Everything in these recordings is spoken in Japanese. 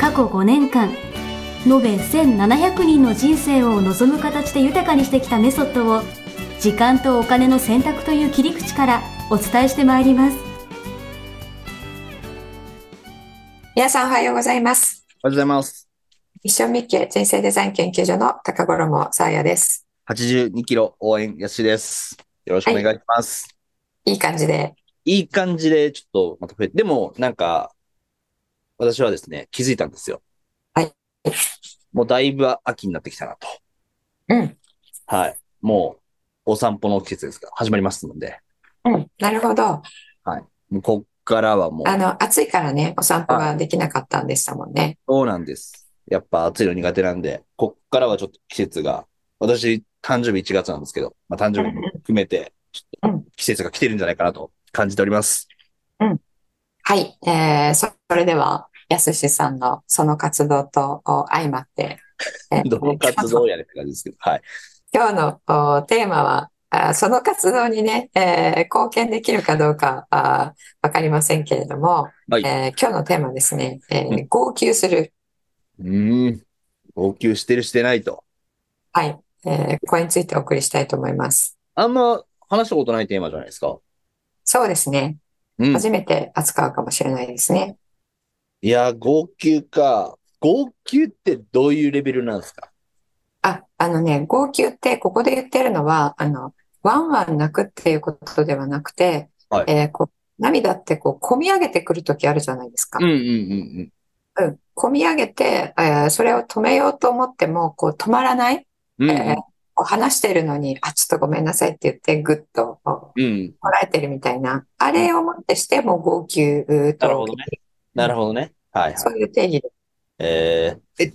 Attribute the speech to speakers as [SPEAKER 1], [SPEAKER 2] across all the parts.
[SPEAKER 1] 過去5年間延べ1700人の人生を望む形で豊かにしてきたメソッドを時間とお金の選択という切り口からお伝えしてまいります
[SPEAKER 2] 皆さんおはようございます
[SPEAKER 3] おはようございます
[SPEAKER 2] 一生ミッケ人生デザイン研究所の高頃もさあやです
[SPEAKER 3] 82キロ応援やしですよろしくお願いします、
[SPEAKER 2] いい感じで
[SPEAKER 3] い、い感じでちょっとまた増えてでもなんか私はですね気づいたんですよ
[SPEAKER 2] はい
[SPEAKER 3] もうだいぶ秋になってきたなと
[SPEAKER 2] うん
[SPEAKER 3] はいもうお散歩の季節ですが始まりますので
[SPEAKER 2] うんなるほど
[SPEAKER 3] もうこっからはもう
[SPEAKER 2] あの暑いからねお散歩ができなかったんでしたもんね
[SPEAKER 3] そうなんです。やっぱ暑いの苦手なんで、こっからはちょっと季節が、私、誕生日1月なんですけど、まあ、誕生日も含めて、ち
[SPEAKER 2] う
[SPEAKER 3] ょっと季節が来てるんじゃないかなと感じております。
[SPEAKER 2] はい、えー、そそれではやすしさんのその活動とお相まって、えー
[SPEAKER 3] どの活動やねって感じですけど、はい。
[SPEAKER 2] 今日のおテーマは、あその活動にね、えー貢献できるかどうかあわかりませんけれども、
[SPEAKER 3] はい
[SPEAKER 2] えー今日のテーマですね、えー
[SPEAKER 3] うん
[SPEAKER 2] 号泣する。
[SPEAKER 3] うーん。応急してるしてないと。
[SPEAKER 2] はい。えーこれについてお送りしたいと思います。
[SPEAKER 3] あんま話したことないテーマじゃないですか。
[SPEAKER 2] そうですね。
[SPEAKER 3] うん。
[SPEAKER 2] 初めて扱うかもしれないですね。
[SPEAKER 3] いや、号泣か。号泣ってどういうレベルなんですか
[SPEAKER 2] あ、あのね、号泣って、ここで言ってるのは、あの、ワンワン泣くっていうことではなくて、
[SPEAKER 3] はい
[SPEAKER 2] えーこう、涙ってこう、こみ上げてくるときあるじゃないですか
[SPEAKER 3] うん。うんうん
[SPEAKER 2] うん、こみ上げて、えーそれを止めようと思っても、こう止まらない、
[SPEAKER 3] うん。うん
[SPEAKER 2] えーこう話してるのに、あ、ちょっとごめんなさいって言って、ぐっとこ
[SPEAKER 3] うん。うん。
[SPEAKER 2] うこらえてるみたいな、あれをもってしても号泣と、
[SPEAKER 3] なるほどね。なるほどね。はいはい。
[SPEAKER 2] そういう定義で。
[SPEAKER 3] えーえ、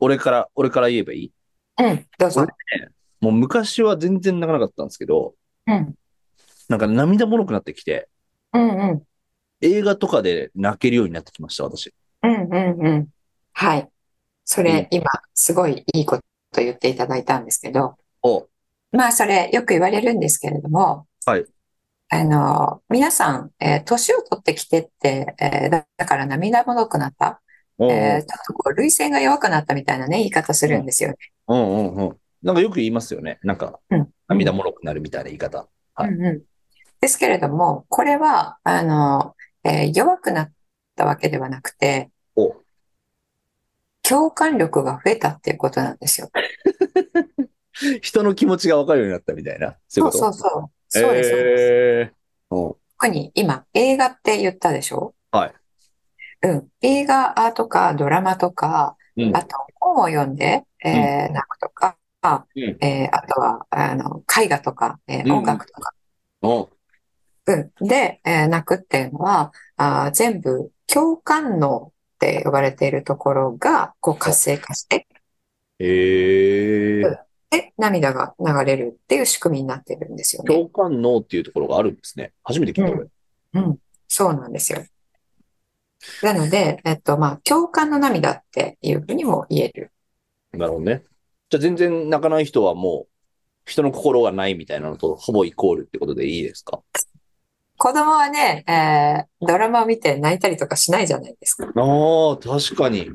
[SPEAKER 3] 俺から、俺から言えばいい
[SPEAKER 2] うん、どうぞ。
[SPEAKER 3] もう昔は全然泣かなかったんですけど、
[SPEAKER 2] うん、
[SPEAKER 3] なんか涙もろくなってきて、
[SPEAKER 2] うん、うん、
[SPEAKER 3] 映画とかで泣けるようになってきました、私。
[SPEAKER 2] うん、うん、うん。はい。それ、今、すごいいいこと言っていただいたんですけど、
[SPEAKER 3] お
[SPEAKER 2] まあ、それよく言われるんですけれども、
[SPEAKER 3] はい
[SPEAKER 2] あの、皆さん、えー年を取ってきてって、えーだだから涙もろくなった、
[SPEAKER 3] おう
[SPEAKER 2] えーちょっとこう、涙腺が弱くなったみたいなね、言い方するんですよね。
[SPEAKER 3] おうおうおうなんかよく言いますよね。なんか
[SPEAKER 2] うん、
[SPEAKER 3] 涙もろくなるみたいな言い方。はい
[SPEAKER 2] うんうんですけれども、これは、あの、えー弱くなったわけではなくて、
[SPEAKER 3] お
[SPEAKER 2] 共感力が増えたっていうことなんですよ。
[SPEAKER 3] 人の気持ちがわかるようになったみたいな。そういうこと
[SPEAKER 2] そうそうそう。そうです、そうです。
[SPEAKER 3] えーおう
[SPEAKER 2] 特に今、映画って言ったでしょ
[SPEAKER 3] はい。
[SPEAKER 2] うん。映画とかドラマとか、
[SPEAKER 3] うん
[SPEAKER 2] あと本を読んで、えー泣くとか、
[SPEAKER 3] うん
[SPEAKER 2] えーあとは、あの、絵画とか、えー
[SPEAKER 3] うん
[SPEAKER 2] 音楽とか、
[SPEAKER 3] おう
[SPEAKER 2] うん。で、えー泣くっていうのは、あー全部共感能って呼ばれているところが、こう活性化して、
[SPEAKER 3] えー
[SPEAKER 2] で、涙が流れるっていう仕組みになってるんですよね。
[SPEAKER 3] 共感能っていうところがあるんですね。初めて聞いた、俺。
[SPEAKER 2] うん、そうなんですよ。なので、えっと、まあ、共感の涙っていうふうにも言える。
[SPEAKER 3] なるほどね。じゃあ全然泣かない人はもう、人の心がないみたいなのとほぼイコールってことでいいですか
[SPEAKER 2] 子供はね、えードラマを見て泣いたりとかしないじゃないですか。
[SPEAKER 3] ああ、確かに。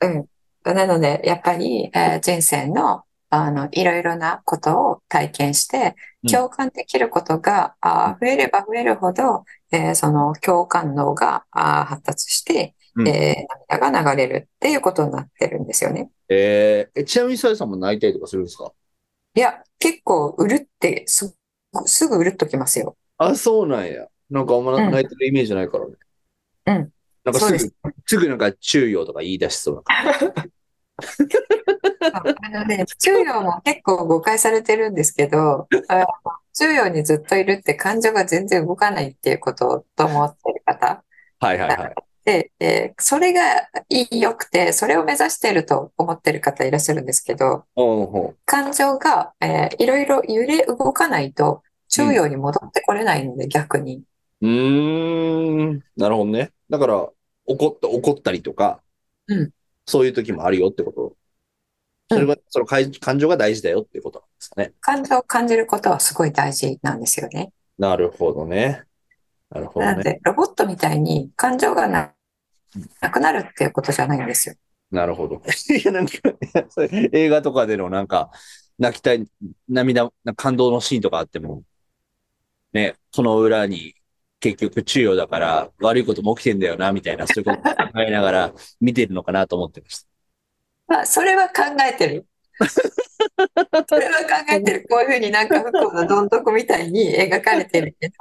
[SPEAKER 2] うん。なので、やっぱり、えー人生の、あの、いろいろなことを体験して
[SPEAKER 3] う、ん
[SPEAKER 2] 共感できることが、あー増えれば増えるほど、えーその共感能が、あー発達して、
[SPEAKER 3] うん
[SPEAKER 2] えー涙が流れるっていうことになってるんですよね。
[SPEAKER 3] えーえ、ちなみにさやさんも泣いたりとかするんですか
[SPEAKER 2] いや、結構、うるって、す、すぐうるっときます よ。
[SPEAKER 3] あ、そうなんや。なんかあんま
[SPEAKER 2] うん
[SPEAKER 3] 泣いてるイメージないからね。
[SPEAKER 2] うん。
[SPEAKER 3] なんか
[SPEAKER 2] そうですす
[SPEAKER 3] ぐ、すぐなんか注意をとか言い出しそうな感
[SPEAKER 2] あのね、中庸も結構誤解されてるんですけど、あの中庸にずっといるって感情が全然動かないっていうことと思ってる方、
[SPEAKER 3] じ。はいはいはい。
[SPEAKER 2] で、えーそれがいい良くて、それを目指していると思ってる方いらっしゃるんですけど、
[SPEAKER 3] おうほ
[SPEAKER 2] 感情が、えーいろいろ揺れ動かないと、中央に戻ってこれないので、逆に。
[SPEAKER 3] う。うーん。なるほどね。だから、怒った、怒ったりとか、
[SPEAKER 2] うん
[SPEAKER 3] そういう時もあるよってこと。それは、その感感情が大事だよっていうことなんですかね。
[SPEAKER 2] 感情を感じることはすごい大事なんですよね。
[SPEAKER 3] なるほどね。なるほ
[SPEAKER 2] な
[SPEAKER 3] ど
[SPEAKER 2] の
[SPEAKER 3] ね。
[SPEAKER 2] で、ロボットみたいに感情がな
[SPEAKER 3] うん
[SPEAKER 2] なくなるっていうことじゃないんですよ。
[SPEAKER 3] なるほど。 いや、なんか、いやそれ映画とかでのなんか、泣きたい、涙、なんか感動のシーンとかあっても、ね、その裏に、結局中央だから悪いことも起きてんだよな、みたいな、そういうことを考えながら見てるのかなと思ってました。
[SPEAKER 2] まあ、それは考えてる。それは考えて る。こういうふうになんか不幸のどん底みたいに描かれてるけど、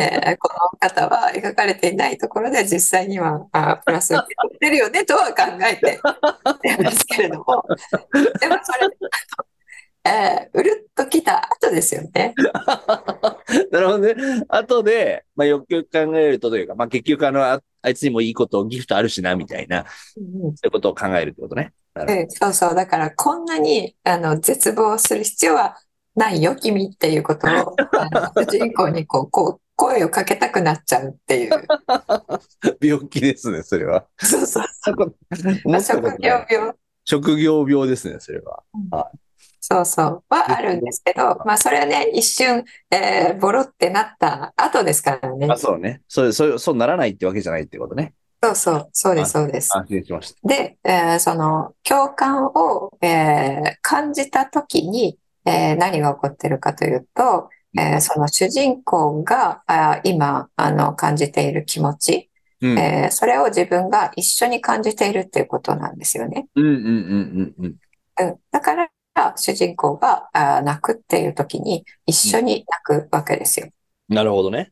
[SPEAKER 2] えーこの方は描かれていないところで実際には、あープラスを受け取ってるよねとは考えてるんですけれども、でもそれ、あのえーうるっときた後ですよね。
[SPEAKER 3] なるほどね。後で、まあ、よくよく考えるとというか、まあ、結局あの、ああいつにもいいこと、ギフトあるしな、みたいな、そ
[SPEAKER 2] うん
[SPEAKER 3] ういうことを考えるってことね。
[SPEAKER 2] うん、そうそう。だから、こんなに、あの、絶望する必要はないよ、君っていう ことを、あの主人公にこう、こう、声をかけたくなっちゃうっていう。
[SPEAKER 3] 病気ですね、それは。
[SPEAKER 2] そうそう。
[SPEAKER 3] 思った
[SPEAKER 2] 職
[SPEAKER 3] こと
[SPEAKER 2] 業
[SPEAKER 3] ない
[SPEAKER 2] 病。
[SPEAKER 3] 職業病ですね、それは。
[SPEAKER 2] そうそう。はあるんですけど、まあ、それはね、一瞬、えーボロってなった後ですからね
[SPEAKER 3] あ、。そうね。それ、そう、そうならないってわけじゃないってことね。
[SPEAKER 2] そうそう。そうです、そうです。
[SPEAKER 3] 安心しました。
[SPEAKER 2] で、えーその共感を、えー感じた時に、えー何が起こってるかというと、えーその主人公があー今あの感じている気持ち、
[SPEAKER 3] うん。
[SPEAKER 2] えーそれを自分が一緒に感じているっていうことなんですよね。
[SPEAKER 3] うんうんうんうんうん。
[SPEAKER 2] うん、だから主人公があー泣くっていう時に一緒に泣くわけですよ。
[SPEAKER 3] なるほどね。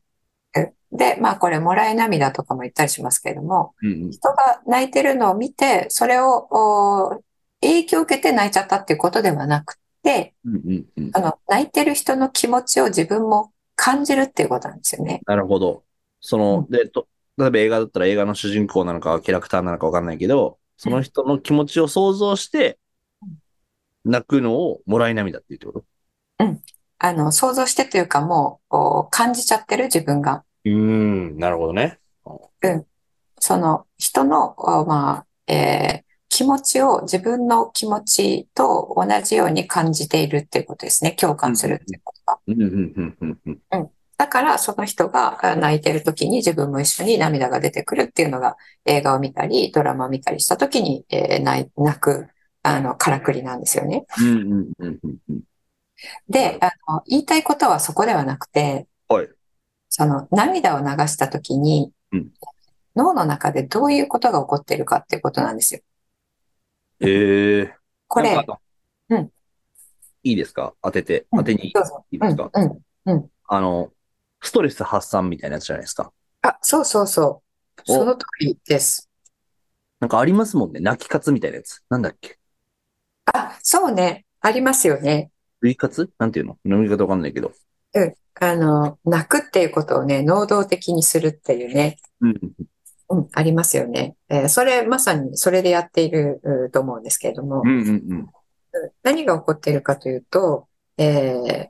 [SPEAKER 2] うんで、まあこれもらい涙とかも言ったりしますけれども、
[SPEAKER 3] うんうん。
[SPEAKER 2] 人が泣いてるのを見て、それをお影響を受けて泣いちゃったっていうことではなくて、
[SPEAKER 3] うんうんうん。
[SPEAKER 2] あの、泣いてる人の気持ちを自分も感じるっていうことなんですよね。
[SPEAKER 3] なるほど。その、で、と、例えば映画だったら映画の主人公なのか、キャラクターなのかわかんないけど、その人の気持ちを想像して、泣くのをもらい涙って言うってこと
[SPEAKER 2] あの、想像してというかもう、お感じちゃってる自分が。
[SPEAKER 3] うーん、なるほどね。
[SPEAKER 2] その人の、おまあ、えー気持ちを自分の気持ちと同じように感じているっていうことですね。共感するっていうことが。
[SPEAKER 3] うん、うん、うん、うん、うん。
[SPEAKER 2] だから、その人があ泣いてる時に自分も一緒に涙が出てくるっていうのが、映画を見たり、ドラマを見たりした時に、えー泣い泣く、あの、からくりなんですよね。
[SPEAKER 3] うん、うん、うん、うんうん。
[SPEAKER 2] で、あの、言いたいことはそこではなくて、
[SPEAKER 3] はい。
[SPEAKER 2] その、涙を流した時に
[SPEAKER 3] うん、
[SPEAKER 2] 脳の中でどういうことが起こっているかっていうことなんですよ。
[SPEAKER 3] ええー。
[SPEAKER 2] これ、
[SPEAKER 3] なんかあの
[SPEAKER 2] うん
[SPEAKER 3] いいですか当てて、
[SPEAKER 2] うん
[SPEAKER 3] 当てに
[SPEAKER 2] どうぞ
[SPEAKER 3] いいうです
[SPEAKER 2] ん
[SPEAKER 3] か、
[SPEAKER 2] うん。
[SPEAKER 3] あの、ストレス発散みたいなやつじゃないですか。
[SPEAKER 2] あ、そうそうそう。
[SPEAKER 3] お
[SPEAKER 2] その通りです。
[SPEAKER 3] なんかありますもんね。泣き活みたいなやつ。なんだっけ
[SPEAKER 2] あ、そうね。ありますよね。
[SPEAKER 3] 涙活なんていうの飲み方わかんないけど。
[SPEAKER 2] あの、泣くっていうことをね、能動的にするっていうね。
[SPEAKER 3] うん。
[SPEAKER 2] うん、ありますよね。えーそれ、まさにそれでやっているうーと思うんですけれども
[SPEAKER 3] う、んうんうん。
[SPEAKER 2] 何が起こっているかというと、えー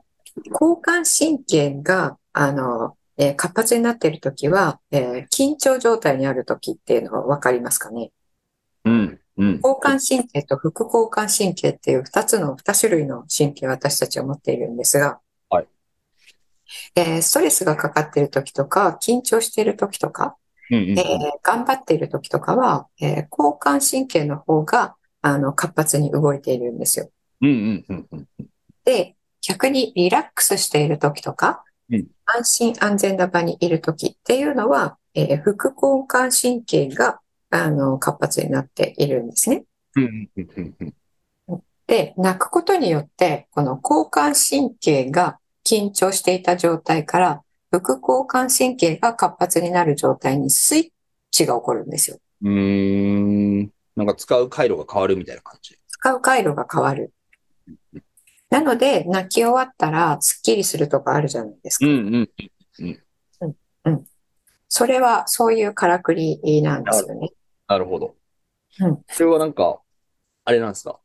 [SPEAKER 2] 交感神経が、あの、えー活発になっているときは、えー緊張状態にあるときっていうのはわかりますかね。
[SPEAKER 3] うん。うん。
[SPEAKER 2] 交感神経と副交感神経っていう二つの、二種類の神経を私たちは持っているんですが、
[SPEAKER 3] はい
[SPEAKER 2] えーストレスがかかっているときとか、緊張しているときとか、
[SPEAKER 3] うんうんうん
[SPEAKER 2] えー頑張っている時とかは、えー交感神経の方があの活発に動いているんですよ。
[SPEAKER 3] うんうんうん。
[SPEAKER 2] で、逆にリラックスしている時とか、
[SPEAKER 3] うん
[SPEAKER 2] 安心安全な場にいる時っていうのは、えー副交感神経があの活発になっているんですね。
[SPEAKER 3] うんうんうんうん。
[SPEAKER 2] で、泣くことによって、この交感神経が緊張していた状態から、副交感神経が活発になる状態にスイッチが起こるんですよ。
[SPEAKER 3] うーん。なんか使う回路が変わるみたいな感じ。
[SPEAKER 2] 使う回路が変わる。なので、泣き終わったら、スッキリするとかあるじゃないですか。
[SPEAKER 3] うんうん。
[SPEAKER 2] それはそういうからくりなんですよね。
[SPEAKER 3] なるほど
[SPEAKER 2] うん。
[SPEAKER 3] それはなんか、あれなんですか。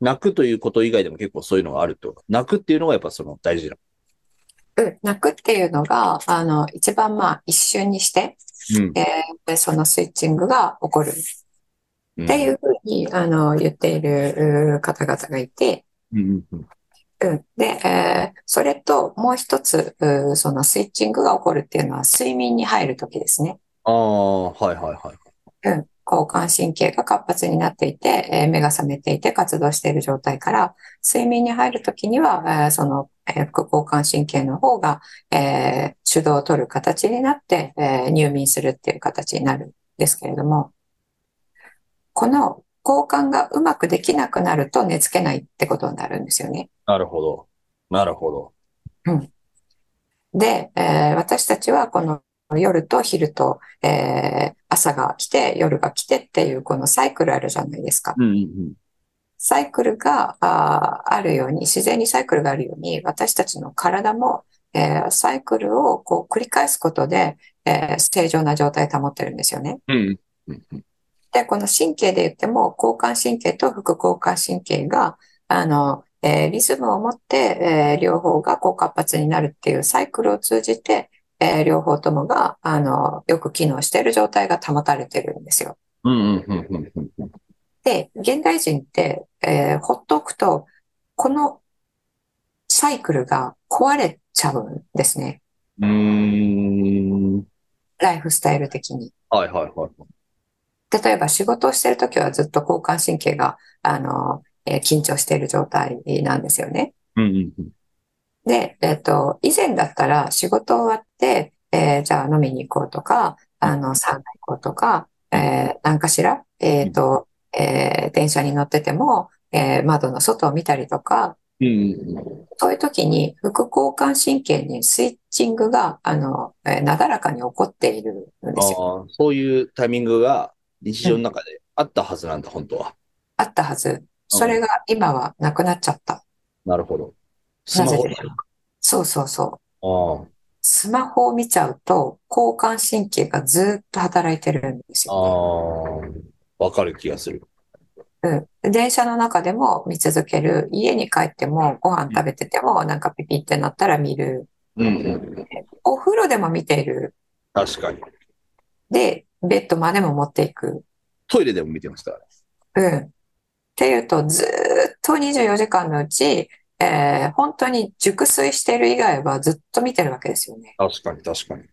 [SPEAKER 3] 泣くということ以外でも結構そういうのがあるってこと。泣くっていうのがやっぱその大事な。
[SPEAKER 2] うん、泣くっていうのが、あの、一番まあ一瞬にして、
[SPEAKER 3] うん。
[SPEAKER 2] えーそのスイッチングが起こるっ
[SPEAKER 3] うん
[SPEAKER 2] ていうふうに、あの、言っているうー方々がいて、
[SPEAKER 3] うんうん
[SPEAKER 2] うん、で、えーそれともう一つ、うーそのスイッチングが起こるっていうのは睡眠に入るときですね。
[SPEAKER 3] ああ、はいはいはい。
[SPEAKER 2] うん、交感神経が活発になっていて、えー目が覚めていて活動している状態から、睡眠に入るときには、えーその、えー副交感神経の方が、えー主導を取る形になって、えー入眠するっていう形になるんですけれども、この交換がうまくできなくなると寝つけないってことになるんですよね。
[SPEAKER 3] なるほど。なるほど。
[SPEAKER 2] で、えー私たちはこの夜と昼と、えー朝が来て夜が来てっていうこのサイクルあるじゃないですか。
[SPEAKER 3] うんうん
[SPEAKER 2] サイクルがあーあるように、自然にサイクルがあるように、私たちの体も、えーサイクルをこう繰り返すことで、えー正常な状態を保ってるんですよね。
[SPEAKER 3] うん。うんうんうん。
[SPEAKER 2] で、この神経で言っても、交感神経と副交感神経が、あの、えーリズムを持って、えー両方がこう活発になるっていうサイクルを通じて、えー両方ともが、あの、よく機能している状態が保たれてるんですよ。
[SPEAKER 3] うんうんうんうんうん。
[SPEAKER 2] で、現代人って、えーほっとくと、このサイクルが壊れちゃうんですね。
[SPEAKER 3] うーん。
[SPEAKER 2] ライフスタイル的に。
[SPEAKER 3] はいはいはいはい。
[SPEAKER 2] 例えば仕事をしてるときはずっと交感神経が、あの、えー緊張している状態なんですよね。
[SPEAKER 3] うんうんうん。
[SPEAKER 2] で、えっと、以前だったら仕事終わって、えーじゃあ飲みに行こうとか、あの、サウナ行こうとか、えー何かしら、えっと、えー電車に乗ってても、えー窓の外を見たりとか、
[SPEAKER 3] うんうんうん。
[SPEAKER 2] そういう時に副交感神経にスイッチングが、あの、えーなだらかに起こっているんですよ。
[SPEAKER 3] ああ、そういうタイミングが日常の中であったはずなんだ、本当は。
[SPEAKER 2] あったはず。それが今はなくなっちゃった。
[SPEAKER 3] なるほど。スマホ
[SPEAKER 2] なぜそうそうそう。
[SPEAKER 3] あ
[SPEAKER 2] スマホを見ちゃうと、交感神経がずっと働いてるんです
[SPEAKER 3] あ、
[SPEAKER 2] よ。
[SPEAKER 3] ああ、わかる気がする。
[SPEAKER 2] うん。電車の中でも見続ける。家に帰っても、ご飯食べてても、なんかピピってなったら見る。
[SPEAKER 3] うんうん。
[SPEAKER 2] お風呂でも見ている。
[SPEAKER 3] 確かに。
[SPEAKER 2] で、ベッドまでも持っていく。
[SPEAKER 3] トイレでも見てましたから。
[SPEAKER 2] うん。っていうと、ずーっと24時間のうち、えー本当に熟睡してる以外はずっと見てるわけですよね。
[SPEAKER 3] 確かに確かに。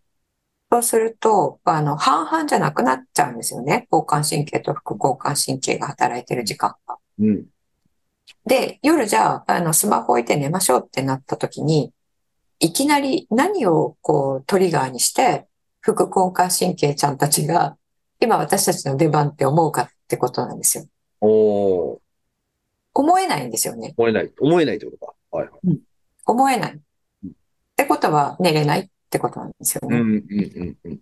[SPEAKER 2] そうすると、あの、半々じゃなくなっちゃうんですよね。交感神経と副交感神経が働いてる時間が。
[SPEAKER 3] うん。
[SPEAKER 2] で、夜じゃあ、あの、スマホ置いて寝ましょうってなった時に、いきなり何をこうトリガーにして、副交感神経ちゃんたちが、今私たちの出番って思うかってことなんですよ。
[SPEAKER 3] おお、
[SPEAKER 2] 思えないんですよね。
[SPEAKER 3] 思えない、思えないってことか。はい。
[SPEAKER 2] 思えない。
[SPEAKER 3] うん
[SPEAKER 2] ってことは寝れないってことなんですよ
[SPEAKER 3] うん
[SPEAKER 2] ね。
[SPEAKER 3] うんうんうん。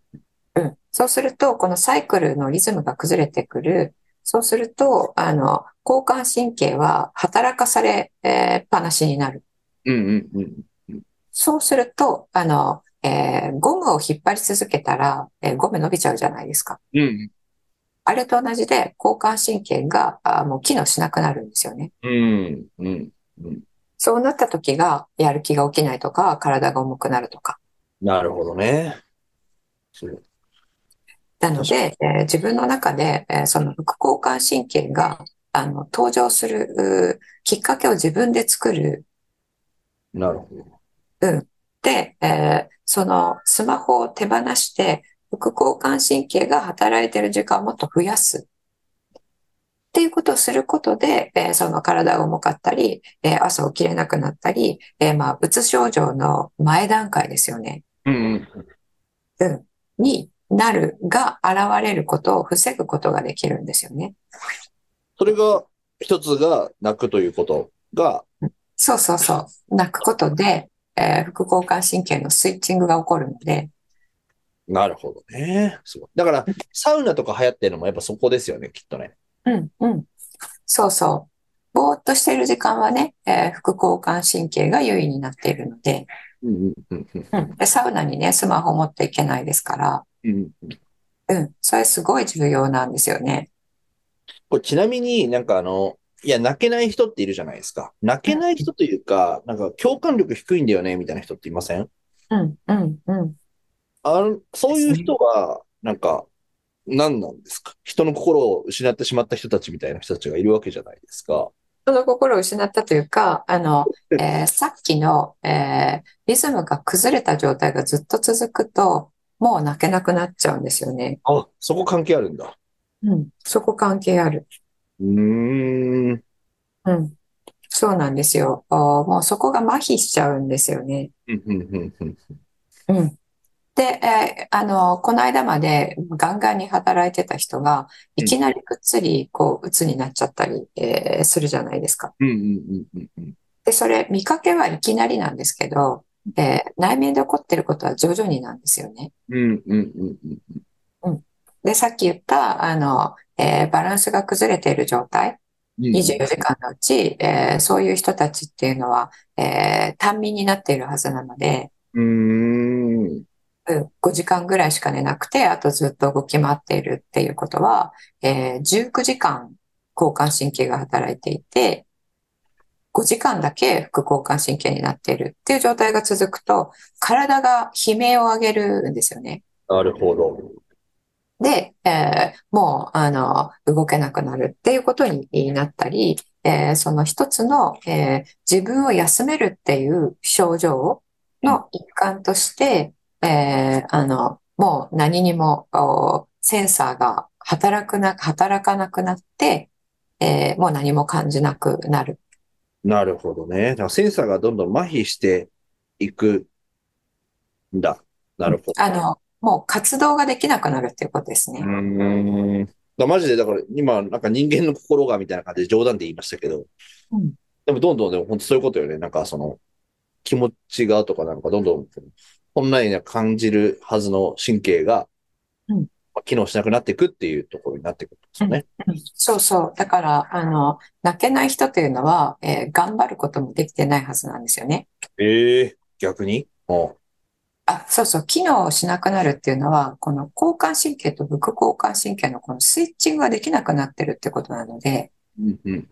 [SPEAKER 2] うん。そうすると、このサイクルのリズムが崩れてくる。そうすると、あの、交感神経は働かされ、えーっぱなしになる。
[SPEAKER 3] うんうんうん。
[SPEAKER 2] そうすると、あの、えーゴムを引っ張り続けたら、えーゴム伸びちゃうじゃないですか。
[SPEAKER 3] うん
[SPEAKER 2] あれと同じで、交感神経が、あーもう機能しなくなるんですよね。
[SPEAKER 3] うんうん。
[SPEAKER 2] そうなった時が、やる気が起きないとか、体が重くなるとか。
[SPEAKER 3] なるほどね。そう
[SPEAKER 2] なので、えー自分の中で、えーその副交感神経があの登場するうーきっかけを自分で作る。
[SPEAKER 3] なるほど。
[SPEAKER 2] で、えーそのスマホを手放して、副交感神経が働いてる時間をもっと増やす。っていうことをすることで、えーその体が重かったり、えー朝起きれなくなったり、えーまあ、うつ症状の前段階ですよね。
[SPEAKER 3] うんうん。
[SPEAKER 2] になるが現れることを防ぐことができるんですよね。
[SPEAKER 3] それが、一つが泣くということが、
[SPEAKER 2] そうそうそう。泣くことで、えー副交感神経のスイッチングが起こるので、
[SPEAKER 3] なるほどね。すごい。だから、サウナとか流行ってるのもやっぱそこですよね、きっとね。
[SPEAKER 2] うん、うん。そうそう。ぼーっとしている時間はね、えー副交感神経が優位になっているので、
[SPEAKER 3] うんうんうんうん
[SPEAKER 2] うん、でサウナにね、スマホ持っていけないですか
[SPEAKER 3] うんうん
[SPEAKER 2] ら、うん、それすごい重要なんですよね。
[SPEAKER 3] これちなみになんかあの、いや、泣けない人っているじゃないですか。泣けない人というか、なんか共感力低いんだよね、みたいな人っていません
[SPEAKER 2] うん、うん、うん。
[SPEAKER 3] あの、そういう人は、なんか、何なんですか人の心を失ってしまった人たちみたいな人たちがいるわけじゃないですか。
[SPEAKER 2] 人の心を失ったというか、あ の、えーさっきの、えーリズムが崩れた状態がずっと続くと、もう泣けなくなっちゃうんですよね。
[SPEAKER 3] あ、そこ関係あるんだ。
[SPEAKER 2] うん、そこ関係ある。
[SPEAKER 3] うーん。
[SPEAKER 2] うん。そうなんですよ。あーもうそこが麻痺しちゃうんですよね。
[SPEAKER 3] うんうんうんうん
[SPEAKER 2] うん。で、えーあの、この間までガンガンに働いてた人が、
[SPEAKER 3] う
[SPEAKER 2] い
[SPEAKER 3] ん
[SPEAKER 2] きなりぐっつり、こう、鬱になっちゃったり、えーするじゃないですか。
[SPEAKER 3] うんうんうんうんうん
[SPEAKER 2] で、それ、見かけはいきなりなんですけど、えー内面で起こってることは徐々になんですよね。
[SPEAKER 3] うんうんうんうん
[SPEAKER 2] で、さっき言った、あの、えーバランスが崩れている状態。
[SPEAKER 3] うん
[SPEAKER 2] 24時間のうち、えーそういう人たちっていうのは、えー短眠になっているはずなので、
[SPEAKER 3] うーん。
[SPEAKER 2] うん5時間ぐらいしか寝なくて、あとずっと動き回っているっていうことは、えー19時間交感神経が働いていて、5時間だけ副交感神経になっているっていう状態が続くと、体が悲鳴を上げるんですよね。
[SPEAKER 3] なるほど。
[SPEAKER 2] で、えーもう、あの、動けなくなるっていうことになったり、えーその一つの、えー自分を休めるっていう症状の一環として、えーあの、もう何にも、おセンサーが働くな、働かなくなって、えーもう何も感じなくなる。
[SPEAKER 3] なるほどね。だからセンサーがどんどん麻痺していくんだ。なるほど。
[SPEAKER 2] あの、もう活動ができなくなるっていうことですね。
[SPEAKER 3] うーん。だからマジで、だから今、なんか人間の心がみたいな感じで冗談で言いましたけど、
[SPEAKER 2] うん
[SPEAKER 3] でもどんどんでも本当そういうことよね。なんかその気持ちがとかなんかどんどん本来には感じるはずの神経が、
[SPEAKER 2] うん
[SPEAKER 3] まあ機能しなくなっていくっていうところになってくるんですよね。
[SPEAKER 2] そうそう。だから、あの、泣けない人というのは、えー頑張ることもできてないはずなんですよね。
[SPEAKER 3] ええ逆にあ
[SPEAKER 2] あ、そうそう。機能しなくなるっていうのは、この交感神経と副交感神経のこのスイッチングができなくなってるってことなので、
[SPEAKER 3] うんうん。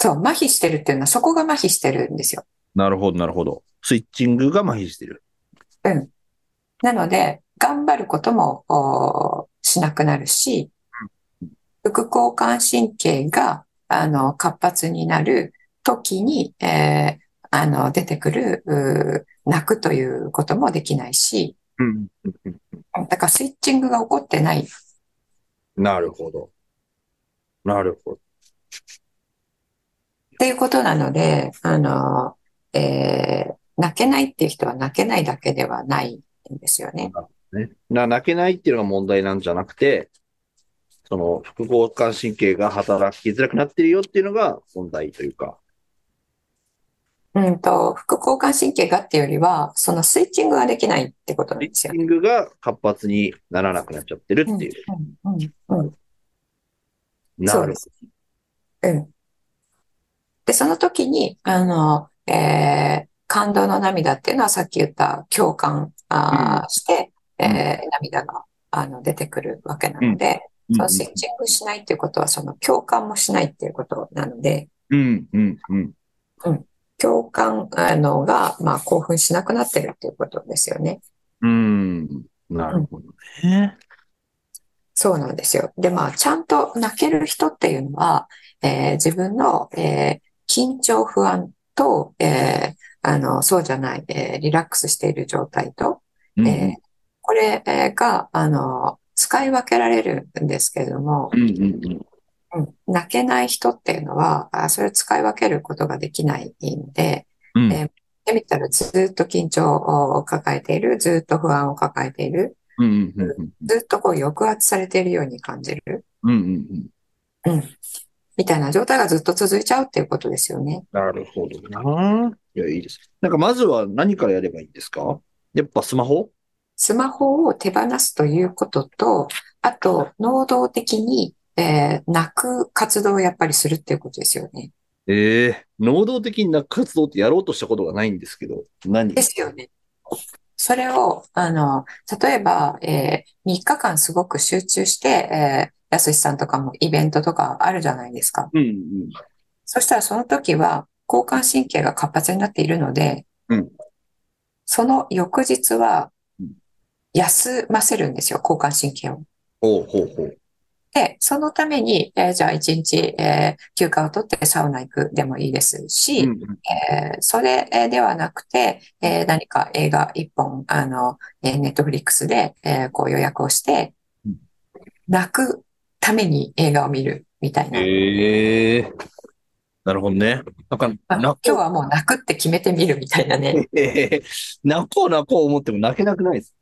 [SPEAKER 2] そう、麻痺してるっていうのは、そこが麻痺してるんですよ。
[SPEAKER 3] なるほど、なるほど。スイッチングが麻痺してる。
[SPEAKER 2] なので、頑張ることも、おーしなくなるし、副交感神経が、あの、活発になる時に、えーあの、出てくる、うー泣くということもできないし、
[SPEAKER 3] うん。
[SPEAKER 2] だからスイッチングが起こってない。
[SPEAKER 3] なるほど。なるほど。
[SPEAKER 2] っていうことなので、あの、えー泣けないっていう人は泣けないだけではないんですよね。
[SPEAKER 3] ね、な泣けないっていうのが問題なんじゃなくて、その副交感神経が働きづらくなってるよっていうのが問題というか。
[SPEAKER 2] うんと、副交感神経がっていうよりは、そのスイッチングができないってことなん
[SPEAKER 3] リッ
[SPEAKER 2] です
[SPEAKER 3] チ
[SPEAKER 2] よ。
[SPEAKER 3] ングが活発にならなくなっちゃってる
[SPEAKER 2] うん
[SPEAKER 3] っていう。
[SPEAKER 2] うんうんうん
[SPEAKER 3] な
[SPEAKER 2] そう
[SPEAKER 3] る
[SPEAKER 2] で
[SPEAKER 3] ほ
[SPEAKER 2] す。うん。で、その時に、あの、えー感動の涙っていうのはさっき言った共感あーして、えー涙があの出てくるわけなので、
[SPEAKER 3] ど。
[SPEAKER 2] そのスイッチングしないっていうことは、その共感もしないっていうことなので、
[SPEAKER 3] うん、うん、うん。
[SPEAKER 2] 共感あのが、まあ、興奮しなくなってるっていうことですよね。
[SPEAKER 3] うん。なるほどね。
[SPEAKER 2] そうなんですよ。で、まあ、ちゃんと泣ける人っていうのは、えー自分の、えー緊張不安と、えーあの、そうじゃない、えーリラックスしている状態と、
[SPEAKER 3] うん
[SPEAKER 2] えーこれえーが、あの、使い分けられるんですけれども、
[SPEAKER 3] うん、うん、う
[SPEAKER 2] う
[SPEAKER 3] ん。
[SPEAKER 2] ん泣けない人っていうのは、あそれを使い分けることができないんで、
[SPEAKER 3] うん
[SPEAKER 2] えで見たらずっと緊張を抱えている、ずっと不安を抱えている、
[SPEAKER 3] うん、うん、うん。
[SPEAKER 2] ずっとこう抑圧されているように感じる、
[SPEAKER 3] うん、うん、うん。
[SPEAKER 2] みたいな状態がずっと続いちゃうっていうことですよね。
[SPEAKER 3] なるほどな。いや、いいです。なんかまずは何からやればいいんですかやっぱスマホ
[SPEAKER 2] スマホを手放すということと、あと、能動的に、えー泣く活動をやっぱりするっていうことですよね。
[SPEAKER 3] ええ能動的な活動ってやろうとしたことがないんですけど、何
[SPEAKER 2] ですよね。それを、あの、例えば、えー、3日間すごく集中して、えー、やすしさんとかもイベントとかあるじゃないですか。
[SPEAKER 3] うんうん。
[SPEAKER 2] そしたらその時は交感神経が活発になっているので、
[SPEAKER 3] うん
[SPEAKER 2] その翌日は
[SPEAKER 3] うん
[SPEAKER 2] 休ませるんですよ、交感神経を。
[SPEAKER 3] ほうほうほう。
[SPEAKER 2] で、そのために、えーじゃあ一日、えー休暇を取ってサウナ行くでもいいですし、
[SPEAKER 3] うんうん
[SPEAKER 2] えーそれえーではなくて、えー何か映画一本、あの、えネットフリックスで、えーこう予約をして
[SPEAKER 3] うん、
[SPEAKER 2] 泣くために映画を見るみたいな。
[SPEAKER 3] ええなるほどね。なんか、
[SPEAKER 2] あ
[SPEAKER 3] 泣
[SPEAKER 2] 今
[SPEAKER 3] こ
[SPEAKER 2] 日はもう泣くって決めてみるみたいなね。
[SPEAKER 3] う、ええ 泣こう泣こう思っても泣けなくないです。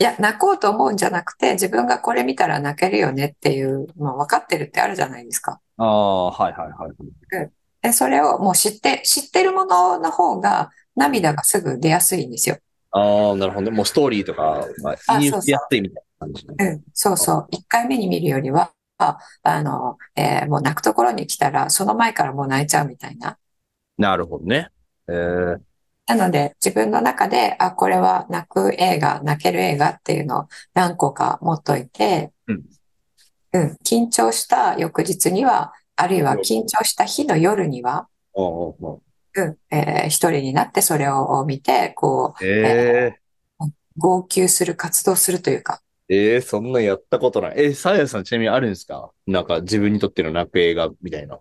[SPEAKER 2] いや、泣こうと思うんじゃなくて、自分がこれ見たら泣けるよねっていう、まあ分かってるってあるじゃないですか。
[SPEAKER 3] ああ、はいはいはい。
[SPEAKER 2] で、それをもう知って、知ってるものの方が涙がすぐ出やすいんですよ。
[SPEAKER 3] ああ、なるほどね。もうストーリーとか、まあ、
[SPEAKER 2] あ
[SPEAKER 3] 入
[SPEAKER 2] そうそ
[SPEAKER 3] 手
[SPEAKER 2] う
[SPEAKER 3] しやすいみたいな感じね。
[SPEAKER 2] うん、そうそう。一回目に見るよりは、あ、あの、えーもう泣くところに来たら、その前からもう泣いちゃうみたいな。
[SPEAKER 3] なるほどね。ええ
[SPEAKER 2] なので、自分の中で、あ、これは泣く映画、泣ける映画っていうのを何個か持っといて、
[SPEAKER 3] うん
[SPEAKER 2] うん、緊張した翌日には、あるいは緊張した日の夜には、
[SPEAKER 3] ああああ
[SPEAKER 2] うん、えー一人になってそれを見て、こう、
[SPEAKER 3] ええ
[SPEAKER 2] 号泣する活動するというか、
[SPEAKER 3] ええそんなやったことない。え、サーヤさんちなみにあるんですかなんか自分にとっての泣く映画みたいな。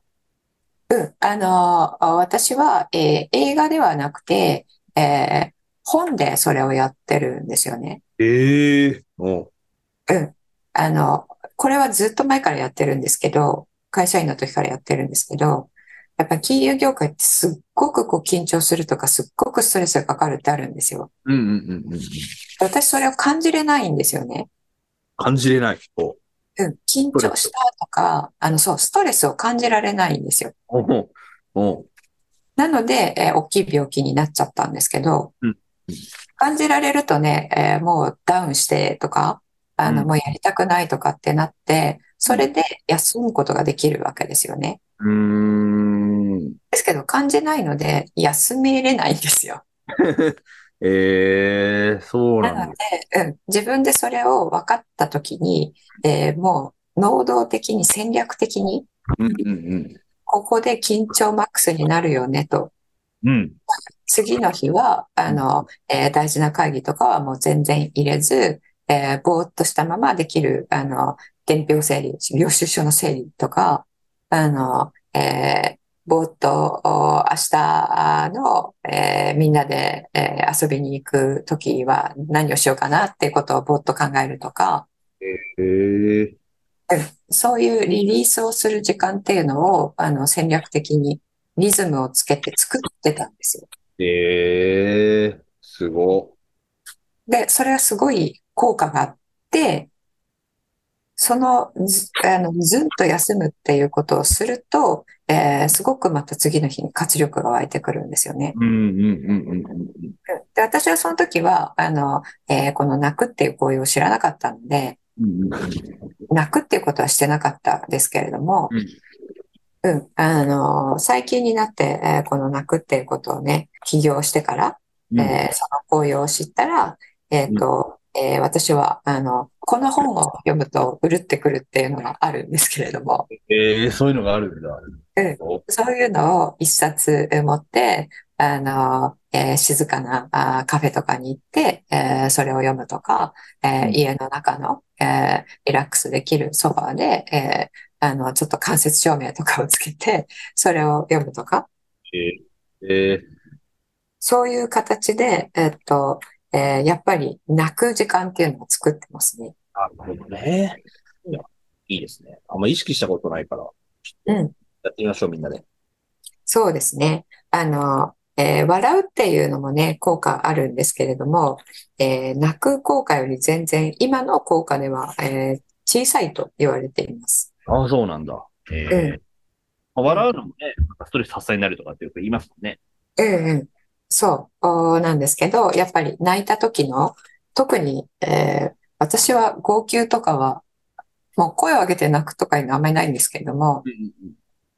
[SPEAKER 2] うん、あのーあ私は、えー映画ではなくて、えー本でそれをやってるんですよね。
[SPEAKER 3] ええおう
[SPEAKER 2] うん。あの、これはずっと前からやってるんですけど、会社員の時からやってるんですけど、やっぱ金融業界ってすっごくこう緊張するとか、すっごくストレスがかかるってあるんですよ。
[SPEAKER 3] うんうんうんうんうん。
[SPEAKER 2] 私それを感じれないんですよね。
[SPEAKER 3] 感じれない。おう
[SPEAKER 2] うん。緊張したとか、あの、そう、ストレスを感じられないんですよ。
[SPEAKER 3] おうおう
[SPEAKER 2] なので、えー大きい病気になっちゃったんですけど
[SPEAKER 3] うん、
[SPEAKER 2] 感じられるとね、えーもうダウンしてとか、あの、
[SPEAKER 3] うん
[SPEAKER 2] もうやりたくないとかってなって、それで休むことができるわけですよね。
[SPEAKER 3] うーん。
[SPEAKER 2] ですけど、感じないので、休めれないんですよ。
[SPEAKER 3] ええそう
[SPEAKER 2] な
[SPEAKER 3] なん
[SPEAKER 2] の
[SPEAKER 3] だ。
[SPEAKER 2] で、うん、自分でそれを分かったときに、えーもう、能動的に戦略的に、
[SPEAKER 3] うんうん
[SPEAKER 2] ここで緊張マックスになるよねと。
[SPEAKER 3] うん。うん。
[SPEAKER 2] 次の日は、あの、えー大事な会議とかはもう全然入れず、えーぼーっとしたままできる、あの、伝票整理、領収書の整理とか、あの、えーぼーっと、お明日の、えーみんなで、えー遊びに行くときは何をしようかなっていうことをぼーっと考えるとか、
[SPEAKER 3] ええ
[SPEAKER 2] そういうリリースをする時間っていうのを、あの、戦略的にリズムをつけて作ってたんですよ。
[SPEAKER 3] ええすご。
[SPEAKER 2] で、それはすごい効果があって、そのず、あの、ずんと休むっていうことをすると、えーすごくまた次の日に活力が湧いてくるんですよね。
[SPEAKER 3] うんうんうんうんうん。
[SPEAKER 2] で、私はその時は、あの、えーこの泣くっていう行為を知らなかったので、
[SPEAKER 3] うんうん
[SPEAKER 2] 泣くっていうことはしてなかったですけれども、うん、あの、最近になって、えーこの泣くっていうことをね、起業してから、
[SPEAKER 3] うん
[SPEAKER 2] えーその紅葉を知ったら、えっと、えー私は、あの、この本を読むと、うるってくるっていうのがあるんですけれども、
[SPEAKER 3] ええそういうのがあるんだ。
[SPEAKER 2] うん
[SPEAKER 3] お
[SPEAKER 2] そういうのを一冊えー持って、あの、えー静かなあーカフェとかに行って、えーそれを読むとか、えー
[SPEAKER 3] うん
[SPEAKER 2] 家の中の、えーリラックスできるソファーで、えーあの、ちょっと間接照明とかをつけて、それを読むとか、
[SPEAKER 3] ええ
[SPEAKER 2] そういう形で、えっと、えーやっぱり泣く時間っていうのを作ってますね。
[SPEAKER 3] なるほどね。いや、いいですね。あんま意識したことないから、
[SPEAKER 2] うん。
[SPEAKER 3] やってみましょう、みんなで。
[SPEAKER 2] そうですね。あの、えー笑うっていうのもね、効果あるんですけれども、えー泣く効果より全然、今の効果では、えー小さいと言われています。
[SPEAKER 3] ああ、そうなんだ。ええ笑うのもね、なんかストレス発散になるとかってよく言いますもんね。
[SPEAKER 2] うんうん。そう、おーなんですけど、やっぱり泣いた時の、特に、えー私は号泣とかは、もう声を上げて泣くとかいうのはあんまりないんですけれども、
[SPEAKER 3] うん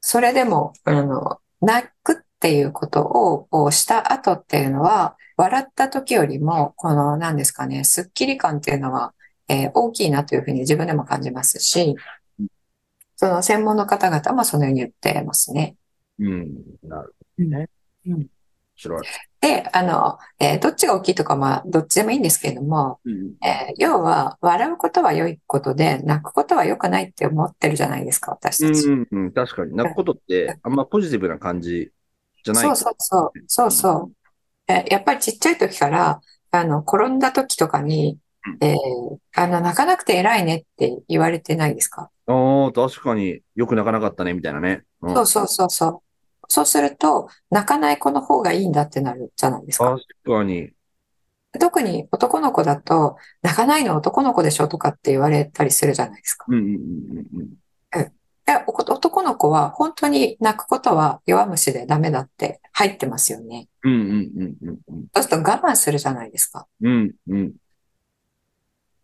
[SPEAKER 2] それでも、あの、泣くっていうことをこうした後っていうのは、笑った時よりも、この、何ですかね、スッキリ感っていうのは、えー大きいなというふうに自分でも感じますし、その専門の方々もそのように言ってますね。
[SPEAKER 3] うん。なるほどね。
[SPEAKER 2] うん
[SPEAKER 3] 面白い。
[SPEAKER 2] で、あの、えーどっちが大きいとか、まあ、どっちでもいいんですけれども、
[SPEAKER 3] うん。
[SPEAKER 2] えー要は、笑うことは良いことで、泣くことは良くないって思ってるじゃないですか、私たち。
[SPEAKER 3] うん、うん、確かに。泣くことって、あんまポジティブな感じじゃない。
[SPEAKER 2] そうそうそう、そうそう。えやっぱりちっちゃい時から、あの、転んだ時とかに、えーあの、泣かなくて偉いねって言われてないですか
[SPEAKER 3] ああ、確かによく泣かなかったね、みたいなね。うん
[SPEAKER 2] そうそうそうそう。そうすると、泣かない子の方がいいんだってなるじゃないですか。
[SPEAKER 3] 確かに。
[SPEAKER 2] 特に男の子だと、泣かないの男の子でしょとかって言われたりするじゃないですか。
[SPEAKER 3] うん、うん、うん、うん。
[SPEAKER 2] えお男の子は本当に泣くことは弱虫でダメだって入ってますよね。
[SPEAKER 3] うん、うん、うん、うん
[SPEAKER 2] そうすると我慢するじゃないですか。
[SPEAKER 3] うん。うん、うん。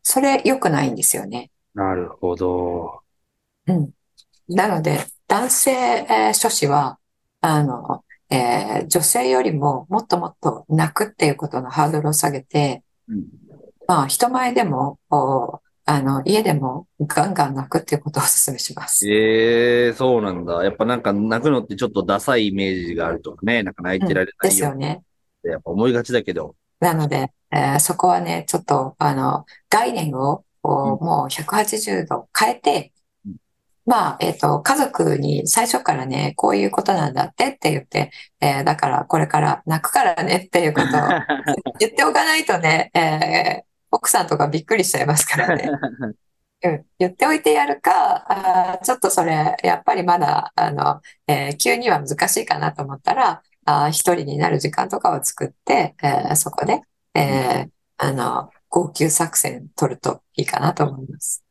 [SPEAKER 2] それ良くないんですよね。
[SPEAKER 3] なるほど。
[SPEAKER 2] うん。なので、男性、えー諸子は、あの、えー女性よりももっともっと泣くっていうことのハードルを下げて、
[SPEAKER 3] うん。
[SPEAKER 2] まあ、人前でも、こうあの、家でもガンガン泣くっていうことをお勧めします。
[SPEAKER 3] ええそうなんだ。やっぱなんか泣くのってちょっとダサいイメージがあるとかね、なんか泣いてられ
[SPEAKER 2] で
[SPEAKER 3] ない
[SPEAKER 2] す
[SPEAKER 3] よ
[SPEAKER 2] よ
[SPEAKER 3] っ
[SPEAKER 2] ね。
[SPEAKER 3] てやっぱ思いがちだけど。
[SPEAKER 2] なので、えーそこはね、ちょっと、あの、概念を、こう
[SPEAKER 3] う
[SPEAKER 2] もう180度変えて
[SPEAKER 3] うん、
[SPEAKER 2] まあ、えっと、家族に最初からね、こういうことなんだってって言って、えーだからこれから泣くからねっていうことを言っておかないとね、えー奥さんとかびっくりしちゃいますから ね。うん、言っておいてやるか、あーちょっとそれ、やっぱりまだ、あの、えー急には難しいかなと思ったら、あー一人になる時間とかを作って、えーそこで、えーあの、号泣作戦取るといいかなと思います。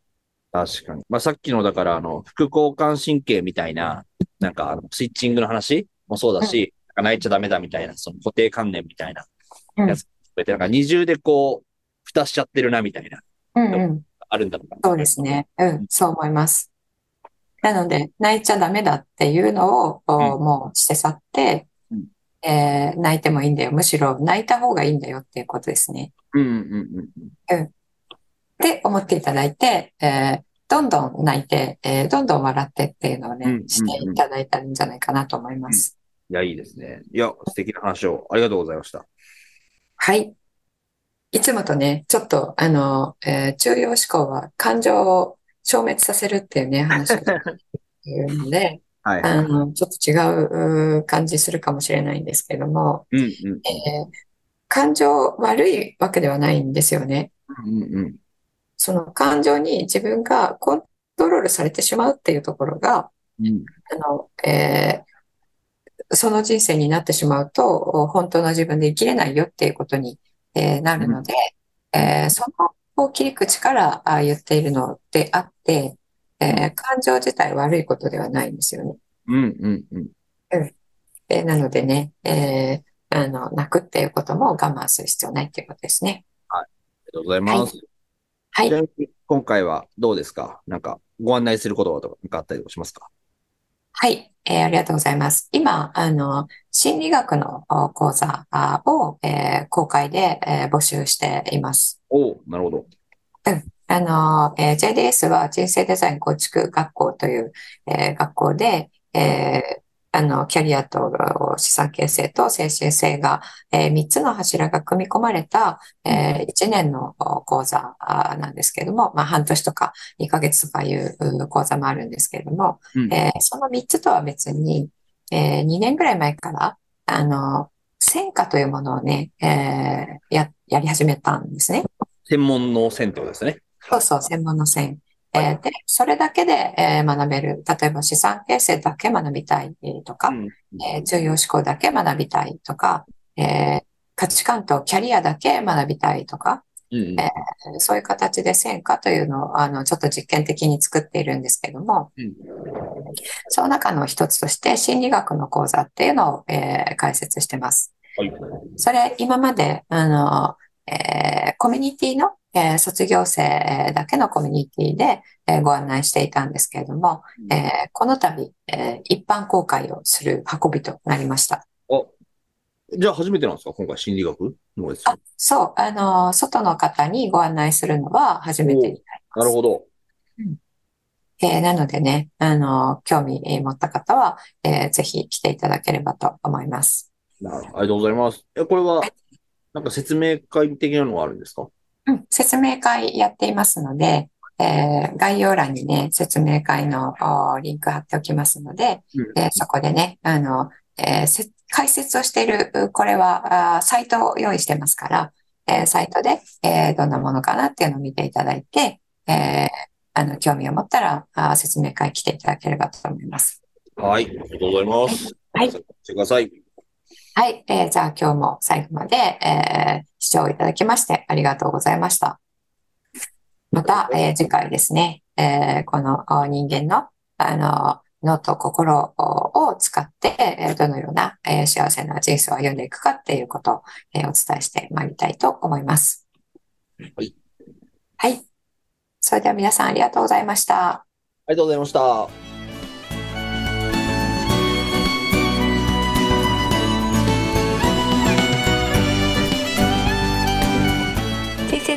[SPEAKER 3] 確かに。まあ、さっきのだから、あの、副交感神経みたいな、なんかあの、スイッチングの話もそうだし、なんか泣いちゃダメだみたいな、その固定観念みたいな
[SPEAKER 2] うん
[SPEAKER 3] やつ。でなんか二重でこう、蓋しちゃってるなみたいな、
[SPEAKER 2] うんうん。
[SPEAKER 3] あるんだろうな。
[SPEAKER 2] そうですね。うん、そう思います。なので、泣いちゃダメだっていうのを、こう
[SPEAKER 3] う
[SPEAKER 2] もうして去って
[SPEAKER 3] うん、
[SPEAKER 2] えー泣いてもいいんだよ。むしろ泣いた方がいいんだよっていうことですね。
[SPEAKER 3] うんうんうん
[SPEAKER 2] って思っていただいて、えーどんどん泣いて、えーどんどん笑ってっていうのを
[SPEAKER 3] うん
[SPEAKER 2] ね
[SPEAKER 3] うんう、ん
[SPEAKER 2] していただいたらいいんじゃないかなと思います。
[SPEAKER 3] いや、いいですね。いや、素敵な話をありがとうございました。
[SPEAKER 2] はい。いつもとね、ちょっと、あの、えー中庸思考は感情を消滅させるっていうね、話をしてるので、
[SPEAKER 3] はい。
[SPEAKER 2] あの、ちょっと違ううー感じするかもしれないんですけども、
[SPEAKER 3] うんうん
[SPEAKER 2] えー感情悪いわけではないんですよね。
[SPEAKER 3] うんうん。
[SPEAKER 2] その感情に自分がコントロールされてしまうっていうところが、
[SPEAKER 3] うん
[SPEAKER 2] あの、えーその人生になってしまうと、本当の自分で生きれないよっていうことに、えーなるので、えーそのこう切り口からあ言っているのであって、えー感情自体悪いことではないんですよね。
[SPEAKER 3] うんうんうん。
[SPEAKER 2] えーなのでね、えーあの、泣くっていうことも我慢する必要ないっていうことですね。
[SPEAKER 3] ありがとうございます。
[SPEAKER 2] はい
[SPEAKER 3] ちなみに今回はどうですかなんか、ご案内することとかなんかあったりとかしますか
[SPEAKER 2] はい、えーありがとうございます。今、あの、心理学のお講座あを、えー公開で、えー募集しています。
[SPEAKER 3] おおなるほど。
[SPEAKER 2] あの、えー JDS は人生デザイン構築学校という、えー学校で、えーあの、キャリアと資産形成と精神性が、え3つの柱が組み込まれた、え1年のお講座あなんですけれども、まあ、半年とか2ヶ月とかいうう講座もあるんですけれども、
[SPEAKER 3] うん
[SPEAKER 2] えーその3つとは別に、え2年ぐらい前から、あの、戦果というものをね、えーや、やり始めたんですね。
[SPEAKER 3] 専門の線ってことですね。
[SPEAKER 2] そうそう、専門の線。えーで、それだけで、えー学べる。例えば資産形成だけ学びたいとか、
[SPEAKER 3] うん
[SPEAKER 2] えー重要思考だけ学びたいとか、えー価値観とキャリアだけ学びたいとか、
[SPEAKER 3] うん
[SPEAKER 2] ええーそういう形で戦果というのを、あの、ちょっと実験的に作っているんですけども、
[SPEAKER 3] うん
[SPEAKER 2] その中の一つとして心理学の講座っていうのを、えー解説してます。
[SPEAKER 3] はい
[SPEAKER 2] それ、今まで、あの、えーコミュニティの、えー卒業生だけのコミュニティで、えーご案内していたんですけれども、えーこの度、えー一般公開をする運びとなりました。
[SPEAKER 3] じゃあ初めてなんですか今回心理学のです。
[SPEAKER 2] あ、そう、あのー外の方にご案内するのは初めてに
[SPEAKER 3] なるほど。
[SPEAKER 2] えーなのでね、あのー興味えー持った方は、えーぜひ来ていただければと思います。
[SPEAKER 3] なるほどありがとうございます。え、これは、なんか説明会的なのがあるんですか
[SPEAKER 2] うん、説明会やっていますので、えー概要欄にね、説明会のおーリンク貼っておきますので、
[SPEAKER 3] うん
[SPEAKER 2] えーそこでね、あの、えーせ解説をしている、うこれは、あーサイトを用意してますから、えーサイトで、えーどんなものかなっていうのを見ていただいて、えーあの、興味を持ったら、あー説明会来ていただければと思います。
[SPEAKER 3] はい。ありがとうございます。
[SPEAKER 2] はい
[SPEAKER 3] してください。
[SPEAKER 2] はい、えーじゃあ今日も最後まで、えー視聴いただきましてありがとうございました。また、えー次回ですね、えーこのあ人間の、あの、脳と心を使って、えーどのような、えー幸せな人生を歩んでいくかっていうことを、えーお伝えしてまいりたいと思います。
[SPEAKER 3] はい。
[SPEAKER 2] はい。それでは皆さんありがとうございました。
[SPEAKER 3] ありがとうございました。
[SPEAKER 4] 人生